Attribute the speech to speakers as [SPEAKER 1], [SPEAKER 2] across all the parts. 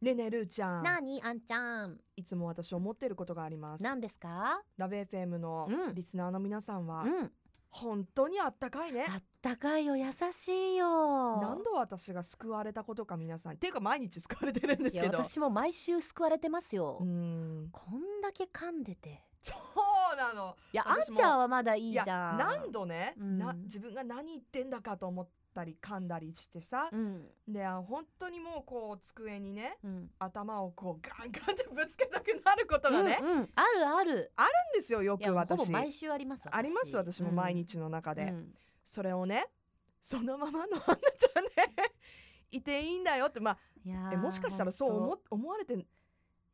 [SPEAKER 1] ねえねえるーちゃ
[SPEAKER 2] なんにあんちゃん
[SPEAKER 1] いつも私思っていることがあります
[SPEAKER 2] 何ですか
[SPEAKER 1] ラブ FM の
[SPEAKER 2] うん
[SPEAKER 1] リスナーの皆さんは、
[SPEAKER 2] うん
[SPEAKER 1] 本当にあったかいね
[SPEAKER 2] あったかいよ優しいよ
[SPEAKER 1] 何度私が救われたことか皆さんっていうか毎日救われてるんですけ
[SPEAKER 2] い
[SPEAKER 1] ど
[SPEAKER 2] や私も毎週救われてますよ、
[SPEAKER 1] うーん
[SPEAKER 2] こんだけ噛んでて
[SPEAKER 1] そうなの
[SPEAKER 2] いやあん
[SPEAKER 1] 私も
[SPEAKER 2] ちゃんはまだいい
[SPEAKER 1] い
[SPEAKER 2] じ
[SPEAKER 1] や
[SPEAKER 2] ゃん
[SPEAKER 1] 何度ね、
[SPEAKER 2] うん
[SPEAKER 1] な自分が何言ってんだかと思ったり噛んだりしてさ、
[SPEAKER 2] うん
[SPEAKER 1] であ本当にもうこう机にね
[SPEAKER 2] うん
[SPEAKER 1] 頭をこうガンガンってぶつけたくなることがね、
[SPEAKER 2] うんうんあるある
[SPEAKER 1] なんですよよ
[SPEAKER 2] い
[SPEAKER 1] く
[SPEAKER 2] やもうほぼ
[SPEAKER 1] 私
[SPEAKER 2] 毎週あります
[SPEAKER 1] あります私も毎日の中で、
[SPEAKER 2] うんうん
[SPEAKER 1] それをねそのままのあんなちゃんね いていいんだよってま
[SPEAKER 2] いや
[SPEAKER 1] あ
[SPEAKER 2] ー
[SPEAKER 1] えもしかしたらそう思
[SPEAKER 2] ほん
[SPEAKER 1] っ思われて
[SPEAKER 2] とい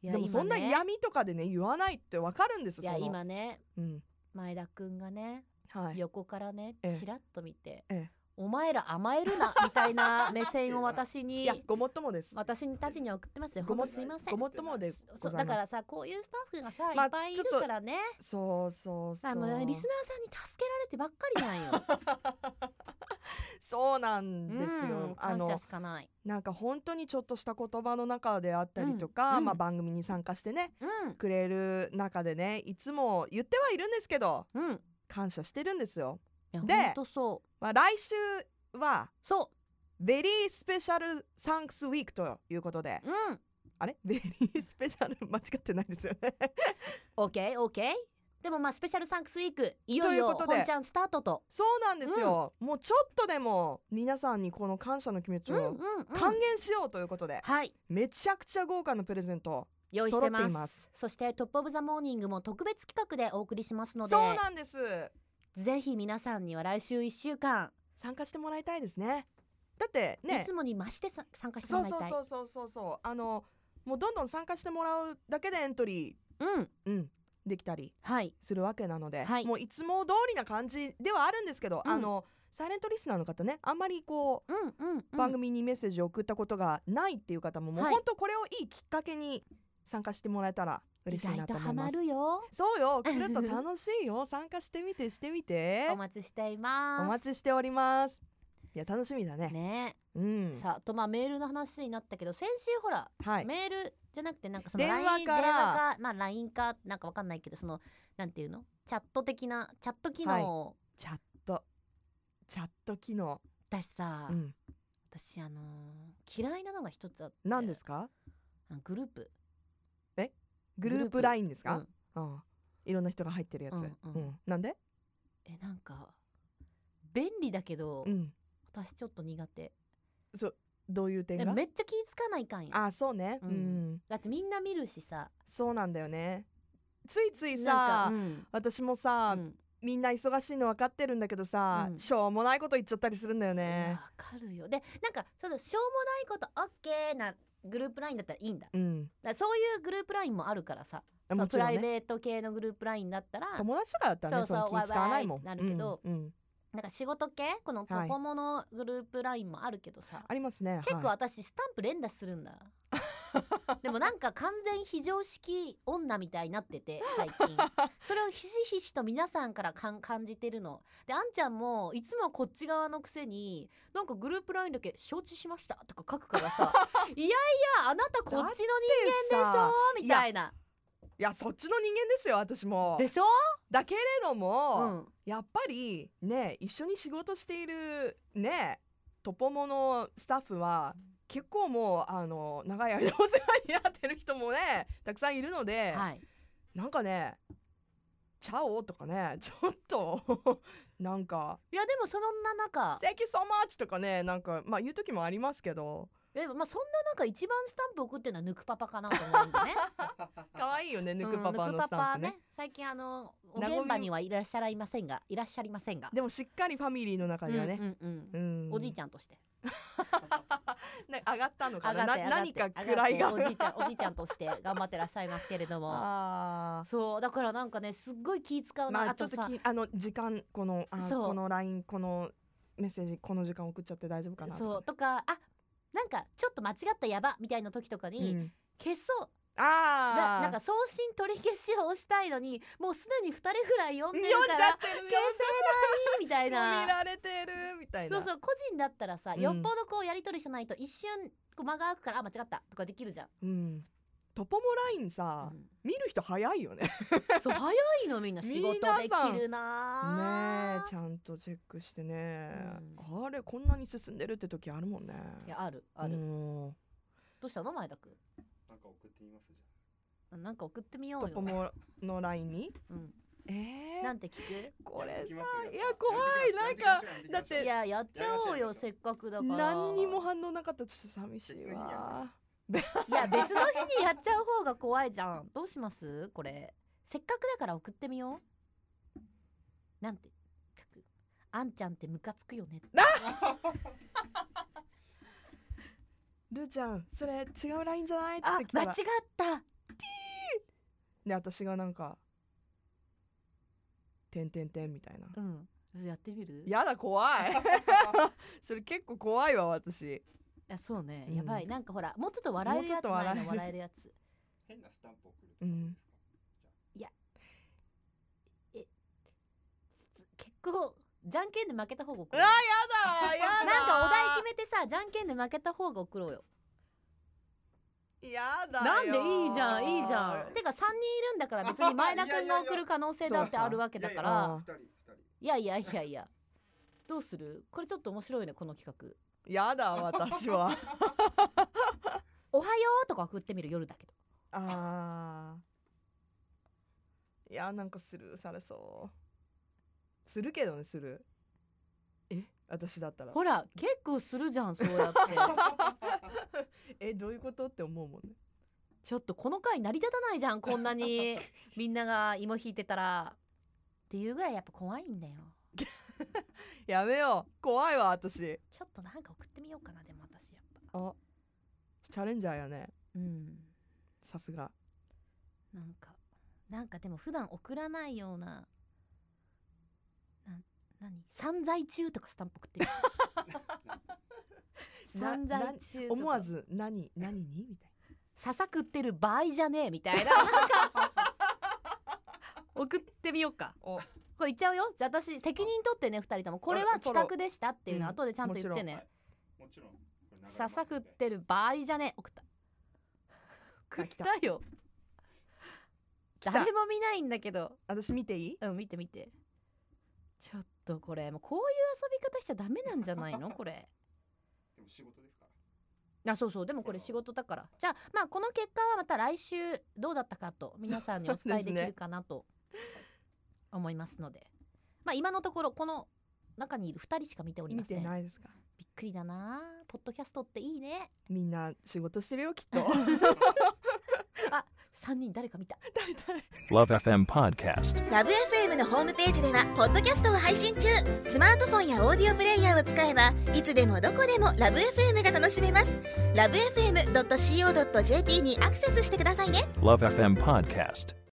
[SPEAKER 2] や
[SPEAKER 1] でもそんな
[SPEAKER 2] 今ね
[SPEAKER 1] 嫌味とかでね言わないってわかるんです
[SPEAKER 2] いや
[SPEAKER 1] その
[SPEAKER 2] 今ね
[SPEAKER 1] うん
[SPEAKER 2] 前田くんがね
[SPEAKER 1] はい
[SPEAKER 2] 横からね
[SPEAKER 1] ええ
[SPEAKER 2] ちらっと見て
[SPEAKER 1] ええ
[SPEAKER 2] 「お前ら甘えるな」みたいな目線を私
[SPEAKER 1] い
[SPEAKER 2] に
[SPEAKER 1] やごもっともです
[SPEAKER 2] 私たちには送ってますよ。
[SPEAKER 1] ご
[SPEAKER 2] ほん
[SPEAKER 1] も
[SPEAKER 2] と
[SPEAKER 1] っ
[SPEAKER 2] すいません
[SPEAKER 1] ご。もっともで
[SPEAKER 2] そ
[SPEAKER 1] ご
[SPEAKER 2] う
[SPEAKER 1] ざい
[SPEAKER 2] だか
[SPEAKER 1] ま
[SPEAKER 2] ら
[SPEAKER 1] す
[SPEAKER 2] さこういうスタッフがさ、
[SPEAKER 1] まあ
[SPEAKER 2] いっぱいい
[SPEAKER 1] ちょ
[SPEAKER 2] る
[SPEAKER 1] っと
[SPEAKER 2] からね
[SPEAKER 1] そうそうそ
[SPEAKER 2] だからもう
[SPEAKER 1] う
[SPEAKER 2] リスナーさんに助けられてばっかりなん よ。
[SPEAKER 1] そうなんです
[SPEAKER 2] うん
[SPEAKER 1] よあ
[SPEAKER 2] 感謝
[SPEAKER 1] の
[SPEAKER 2] しかない。
[SPEAKER 1] なんか本当にちょっとした言葉の中であったりと
[SPEAKER 2] うん
[SPEAKER 1] か
[SPEAKER 2] うん
[SPEAKER 1] まあ番組に参加してね
[SPEAKER 2] う
[SPEAKER 1] くれる中でねいつも言ってはいるんですけど
[SPEAKER 2] んうん。い
[SPEAKER 1] 感謝してるんですよ
[SPEAKER 2] や
[SPEAKER 1] で
[SPEAKER 2] 本当そう
[SPEAKER 1] まあ来週は
[SPEAKER 2] そ
[SPEAKER 1] ベリースペシャルサンクスウィークということで、
[SPEAKER 2] ううん。
[SPEAKER 1] あれベリースペシャル間違ってないですよ ね。
[SPEAKER 2] オッケーオッケー。でもまあスペシャルサンクスウィークいよい
[SPEAKER 1] とい
[SPEAKER 2] よ
[SPEAKER 1] うことで
[SPEAKER 2] 本ちゃんスタートと。
[SPEAKER 1] そうなんですよ、もうちょっとでも皆さんにこの感謝の気持ち
[SPEAKER 2] うんうん
[SPEAKER 1] を
[SPEAKER 2] うん。
[SPEAKER 1] 還元しようということで、
[SPEAKER 2] はい
[SPEAKER 1] めちゃくちゃ豪華なプレゼント
[SPEAKER 2] 用意して
[SPEAKER 1] 揃っ
[SPEAKER 2] ま
[SPEAKER 1] て
[SPEAKER 2] す
[SPEAKER 1] います
[SPEAKER 2] そしてトップオブザモーニングも特別企画でお送りしますので
[SPEAKER 1] そうなんです
[SPEAKER 2] ぜひ皆さんには来週一週間、
[SPEAKER 1] 参加してもらいたいですねだって
[SPEAKER 2] い
[SPEAKER 1] ね
[SPEAKER 2] つもに増してさ参加しても
[SPEAKER 1] そう
[SPEAKER 2] らいた
[SPEAKER 1] そう
[SPEAKER 2] い。
[SPEAKER 1] そうそうそうそうあのもうどんどん参加してもらうだけでエントリ
[SPEAKER 2] うん
[SPEAKER 1] ー、うん、できたり
[SPEAKER 2] はい。
[SPEAKER 1] するわけなので、
[SPEAKER 2] はい
[SPEAKER 1] もういつも通りな感じではあるんですけど、
[SPEAKER 2] うん
[SPEAKER 1] あのサイレントリスナーの方ねあんまりこう、
[SPEAKER 2] うんうん、うん、
[SPEAKER 1] 番組にメッセージを送ったことがないっていう方ももう
[SPEAKER 2] はい
[SPEAKER 1] 本当これをいいきっかけに参加してもらえたら嬉しいなと思いま
[SPEAKER 2] 意外とハマ
[SPEAKER 1] す
[SPEAKER 2] るよ。
[SPEAKER 1] そうよ来ると楽しいよ参加してみてしてみて
[SPEAKER 2] お待ちしています。
[SPEAKER 1] お待ちしておりますいや楽しみだね
[SPEAKER 2] ね、
[SPEAKER 1] うん
[SPEAKER 2] さあとまあメールの話になったけど先週ほら、
[SPEAKER 1] はい
[SPEAKER 2] メールじゃなくてなんかその
[SPEAKER 1] 電話
[SPEAKER 2] LINE
[SPEAKER 1] から
[SPEAKER 2] 電話かまあ LINE かなんかわかんないけどそのなんていうのチャット的なチャット機能を
[SPEAKER 1] チャットチャット機能
[SPEAKER 2] 私さ、
[SPEAKER 1] うん
[SPEAKER 2] 私あのー嫌いなのが一つあって
[SPEAKER 1] 何ですか
[SPEAKER 2] あグループ
[SPEAKER 1] グル
[SPEAKER 2] グ
[SPEAKER 1] ー
[SPEAKER 2] ループ
[SPEAKER 1] プ LINE です
[SPEAKER 2] う
[SPEAKER 1] か
[SPEAKER 2] ん、
[SPEAKER 1] うんいろんな人が入ってるやつ
[SPEAKER 2] うんうん
[SPEAKER 1] うんなんで
[SPEAKER 2] えなんか便利だけど、
[SPEAKER 1] うん
[SPEAKER 2] 私ちょっと苦手
[SPEAKER 1] どういう点
[SPEAKER 2] え
[SPEAKER 1] が
[SPEAKER 2] めっちゃ気ぃつかないかんよ
[SPEAKER 1] あそうね
[SPEAKER 2] う
[SPEAKER 1] うんん、
[SPEAKER 2] だってみんな見るしさ
[SPEAKER 1] そうなんだよねついつい
[SPEAKER 2] な
[SPEAKER 1] さ、
[SPEAKER 2] んかうん
[SPEAKER 1] 私もさ、
[SPEAKER 2] うん
[SPEAKER 1] みんな忙しいの分かってるんだけどさ、
[SPEAKER 2] うん
[SPEAKER 1] しょうもないこと言っちゃったりするんだよ
[SPEAKER 2] いや
[SPEAKER 1] ね
[SPEAKER 2] わかるよでなんかそのしょうもないことオッケーなグループラインだったらいいんだだか
[SPEAKER 1] うん
[SPEAKER 2] らそういうグループラインもあるからさ、その
[SPEAKER 1] もち
[SPEAKER 2] プ
[SPEAKER 1] ろ
[SPEAKER 2] ラ
[SPEAKER 1] ん
[SPEAKER 2] イ
[SPEAKER 1] ね
[SPEAKER 2] ベート系のグループラインだったら
[SPEAKER 1] 友達とかだったらね
[SPEAKER 2] そ
[SPEAKER 1] そう
[SPEAKER 2] そう
[SPEAKER 1] の気使わないも
[SPEAKER 2] わ
[SPEAKER 1] ん
[SPEAKER 2] ーわーってなるけど
[SPEAKER 1] うんうん
[SPEAKER 2] なんか仕事系この
[SPEAKER 1] はい
[SPEAKER 2] コモのグループラインもあるけどさ、
[SPEAKER 1] ありますね
[SPEAKER 2] 結構
[SPEAKER 1] はい
[SPEAKER 2] 私スタンプ連打するんだ でもなんか完全非常識女みたいになってて最近 それをひしひしと皆さんからかん感じてるのであんちゃんもいつもこっち側のくせになんかグループラインだけ「承知しました」とか書くか らさ「いやいやあなたこっちの人間
[SPEAKER 1] だって
[SPEAKER 2] でしょ
[SPEAKER 1] さ」
[SPEAKER 2] みたいない
[SPEAKER 1] やそっちの人間ですよ私も
[SPEAKER 2] でしょ、
[SPEAKER 1] だけれど
[SPEAKER 2] う
[SPEAKER 1] も、
[SPEAKER 2] ん、
[SPEAKER 1] やっぱりね一緒に仕事しているねトポモのスタッフは結構もうあの長い間お世話になってる人もねたくさんいるので、
[SPEAKER 2] はい
[SPEAKER 1] なんかね「チャオ」とかねちょっとなんか
[SPEAKER 2] いやでもそん
[SPEAKER 1] 「
[SPEAKER 2] な中
[SPEAKER 1] Thank you so much」とかねなんかまあ言う時もありますけど
[SPEAKER 2] でもまあそんな中一番スタンプ送ってるのはぬくパパかなと思うんだね
[SPEAKER 1] 可愛いよね
[SPEAKER 2] ぬ
[SPEAKER 1] ぬ
[SPEAKER 2] く
[SPEAKER 1] くパパのスタンプね,、
[SPEAKER 2] 最近あのお
[SPEAKER 1] なごみ
[SPEAKER 2] 現場にはいらっしゃいませんがいらっしゃいませんが
[SPEAKER 1] でもしっかりファミリーの中にはね、
[SPEAKER 2] うんうん
[SPEAKER 1] う
[SPEAKER 2] うん
[SPEAKER 1] ん
[SPEAKER 2] おじいちゃんとして
[SPEAKER 1] ね上がったの
[SPEAKER 2] 上が
[SPEAKER 1] か
[SPEAKER 2] って
[SPEAKER 1] なな
[SPEAKER 2] 上がって
[SPEAKER 1] 何か位が
[SPEAKER 2] 上がっておじいちゃんおじいちゃんとして頑張ってらっしゃいますけれども
[SPEAKER 1] あー
[SPEAKER 2] そうだからなんかねすっごい気使うな、
[SPEAKER 1] まあ
[SPEAKER 2] あ
[SPEAKER 1] ちょ
[SPEAKER 2] と
[SPEAKER 1] っと
[SPEAKER 2] さ
[SPEAKER 1] きあの時間このあー
[SPEAKER 2] そう
[SPEAKER 1] この LINE このメッセージこの時間送っちゃって大丈夫かなとか
[SPEAKER 2] そうとかあなんかちょっと間違ったやばみたいな時とかに、
[SPEAKER 1] うん
[SPEAKER 2] 消そう
[SPEAKER 1] あ
[SPEAKER 2] な
[SPEAKER 1] あ
[SPEAKER 2] なんか送信取り消しをしたいのにもうすでに2人ぐらい読んで
[SPEAKER 1] 読
[SPEAKER 2] る
[SPEAKER 1] ん
[SPEAKER 2] から
[SPEAKER 1] じゃって
[SPEAKER 2] 消
[SPEAKER 1] る
[SPEAKER 2] せないみた
[SPEAKER 1] 読
[SPEAKER 2] い
[SPEAKER 1] んじゃもう見
[SPEAKER 2] な
[SPEAKER 1] られてるみたいな
[SPEAKER 2] そうそう個人だったらさ、
[SPEAKER 1] うん
[SPEAKER 2] よっぽどこうやり取りしてないと一瞬こう間が空くからあ間違ったとかできるじゃん、
[SPEAKER 1] うん、トポモラインさ、
[SPEAKER 2] うん
[SPEAKER 1] 見る人早いよねね
[SPEAKER 2] そう早いのみんな仕事で
[SPEAKER 1] 皆さん
[SPEAKER 2] きる
[SPEAKER 1] え
[SPEAKER 2] なあ
[SPEAKER 1] ちゃんとチェックしてね、あれこんなに進んでるって時あるもんね
[SPEAKER 2] いやあるある、
[SPEAKER 1] うん
[SPEAKER 2] どうしたの前田君
[SPEAKER 3] なんか送ってみますじゃ
[SPEAKER 2] なんか送ってみよ
[SPEAKER 1] ト
[SPEAKER 2] う
[SPEAKER 1] ポ
[SPEAKER 2] よ、
[SPEAKER 1] モのラインに
[SPEAKER 2] うん、
[SPEAKER 1] え
[SPEAKER 2] な
[SPEAKER 1] ー、
[SPEAKER 2] んて聞く
[SPEAKER 1] こ
[SPEAKER 3] ん。や
[SPEAKER 1] れ
[SPEAKER 3] ってき
[SPEAKER 1] さ
[SPEAKER 3] ますよ
[SPEAKER 1] いや怖いなんか、だって
[SPEAKER 2] いややっちゃおう
[SPEAKER 3] やり
[SPEAKER 2] よ
[SPEAKER 3] ましょう
[SPEAKER 2] せっかくだから
[SPEAKER 1] 何にも反応なかったらちょっと寂しいわ
[SPEAKER 2] いや別の日にやっちゃう方が怖いじゃんどうしますこれせっかくだから送ってみようなんて書くあんちゃんってムカつくよね
[SPEAKER 1] ルーちゃんそれ違うラインじゃないって
[SPEAKER 2] あ
[SPEAKER 1] 来
[SPEAKER 2] 間
[SPEAKER 1] た
[SPEAKER 2] 違っ
[SPEAKER 1] ら
[SPEAKER 2] た
[SPEAKER 1] で私がなんか「てんてんてん」みたいな
[SPEAKER 2] うんやってみるいや
[SPEAKER 1] やだ 怖いそれ結構怖いわ私
[SPEAKER 2] そうね
[SPEAKER 1] うん
[SPEAKER 2] やばい、なんかほらもうちょっと笑えるやつ
[SPEAKER 1] もうちょっと
[SPEAKER 2] な
[SPEAKER 1] 笑
[SPEAKER 2] い
[SPEAKER 1] え
[SPEAKER 2] の
[SPEAKER 1] る
[SPEAKER 2] 笑えるやつ
[SPEAKER 3] 変なスタンプ送ると
[SPEAKER 1] う
[SPEAKER 3] か
[SPEAKER 1] ん
[SPEAKER 3] ですか。
[SPEAKER 2] 結構じゃんけんで負けた方が送
[SPEAKER 1] う
[SPEAKER 2] ろ
[SPEAKER 1] わ
[SPEAKER 2] うよ
[SPEAKER 1] やだやだ
[SPEAKER 2] なんかお題決めてさじゃんけんで負けた方が送ろうよ
[SPEAKER 1] やだよ
[SPEAKER 2] なんでいいじゃんいいじゃんてか3人いるんだから別に前田君が送る可能性だってあるわけだか
[SPEAKER 1] い やいやいや
[SPEAKER 2] らいやいやいや
[SPEAKER 3] 二人二人。
[SPEAKER 2] いや。どうするこれちょっと面白いね、この企画。
[SPEAKER 1] やだ私は
[SPEAKER 2] おはようとか送ってみる夜だけど。
[SPEAKER 1] あーいやなんかスルーされそうするけどねする
[SPEAKER 2] え
[SPEAKER 1] 私だったら
[SPEAKER 2] ほら、結構するじゃん、そうやって。
[SPEAKER 1] えどういうことって思うもんね
[SPEAKER 2] ちょっとこの回成り立たないじゃん、こん なに。みんなが芋引いてたら。っていうぐらいやっぱ怖いんだよ。
[SPEAKER 1] やめよう怖いわ私
[SPEAKER 2] ちょっとなんか送ってみようかな、でも私やっぱ。
[SPEAKER 1] あチャレンジャーやね
[SPEAKER 2] うん。
[SPEAKER 1] さすが
[SPEAKER 2] なんか、なんかでも普段送らないような。なん何散財中とかスタンプ 送ってみる散財中とか
[SPEAKER 1] 思わず 何何にみたい
[SPEAKER 2] ささくってる場合じゃねえみたいななんか送ってみようか
[SPEAKER 1] なお
[SPEAKER 2] これ言っちゃうよじゃあ私責任取ってね二人ともこれ
[SPEAKER 1] あ
[SPEAKER 2] は
[SPEAKER 1] れ取
[SPEAKER 2] 企
[SPEAKER 1] ろう
[SPEAKER 2] 画でしたっていうの
[SPEAKER 1] うん
[SPEAKER 2] 後でちゃんと言って
[SPEAKER 3] は
[SPEAKER 2] ね
[SPEAKER 3] い、もちろん。これ流れますんで
[SPEAKER 2] ささくってる場合じゃねえ送った送っ
[SPEAKER 1] 来た
[SPEAKER 2] たよ
[SPEAKER 1] た
[SPEAKER 2] 誰も見ないんだけど
[SPEAKER 1] 私見ていい
[SPEAKER 2] うん見て見てちょっとこれもうこういう遊び方しちゃダメなんじゃないのこれ
[SPEAKER 3] でも仕事ですから。
[SPEAKER 2] あそうそうでもこれ仕事だからじゃあまあこの結果はまた来週どうだったかと皆さんにお伝えできるかなと思いますのでまあ今のところこの中にいる2人しか見ておりま
[SPEAKER 1] 見
[SPEAKER 2] せ
[SPEAKER 1] て
[SPEAKER 2] ん
[SPEAKER 1] ないですか
[SPEAKER 2] びっくりだなあポッドキャストっていいね
[SPEAKER 1] みんな仕事してるよきっ と
[SPEAKER 2] あ3人誰か見た
[SPEAKER 4] Love FM Podcast.
[SPEAKER 5] ラブ f m のホームページではポッドキャストを配信中スマートフォンやオーディオプレイヤーを使えばいつでもどこでもラブ f m が楽しめますラブ FM.co.jp にアクセスしてくださいね
[SPEAKER 4] Love FM Podcast.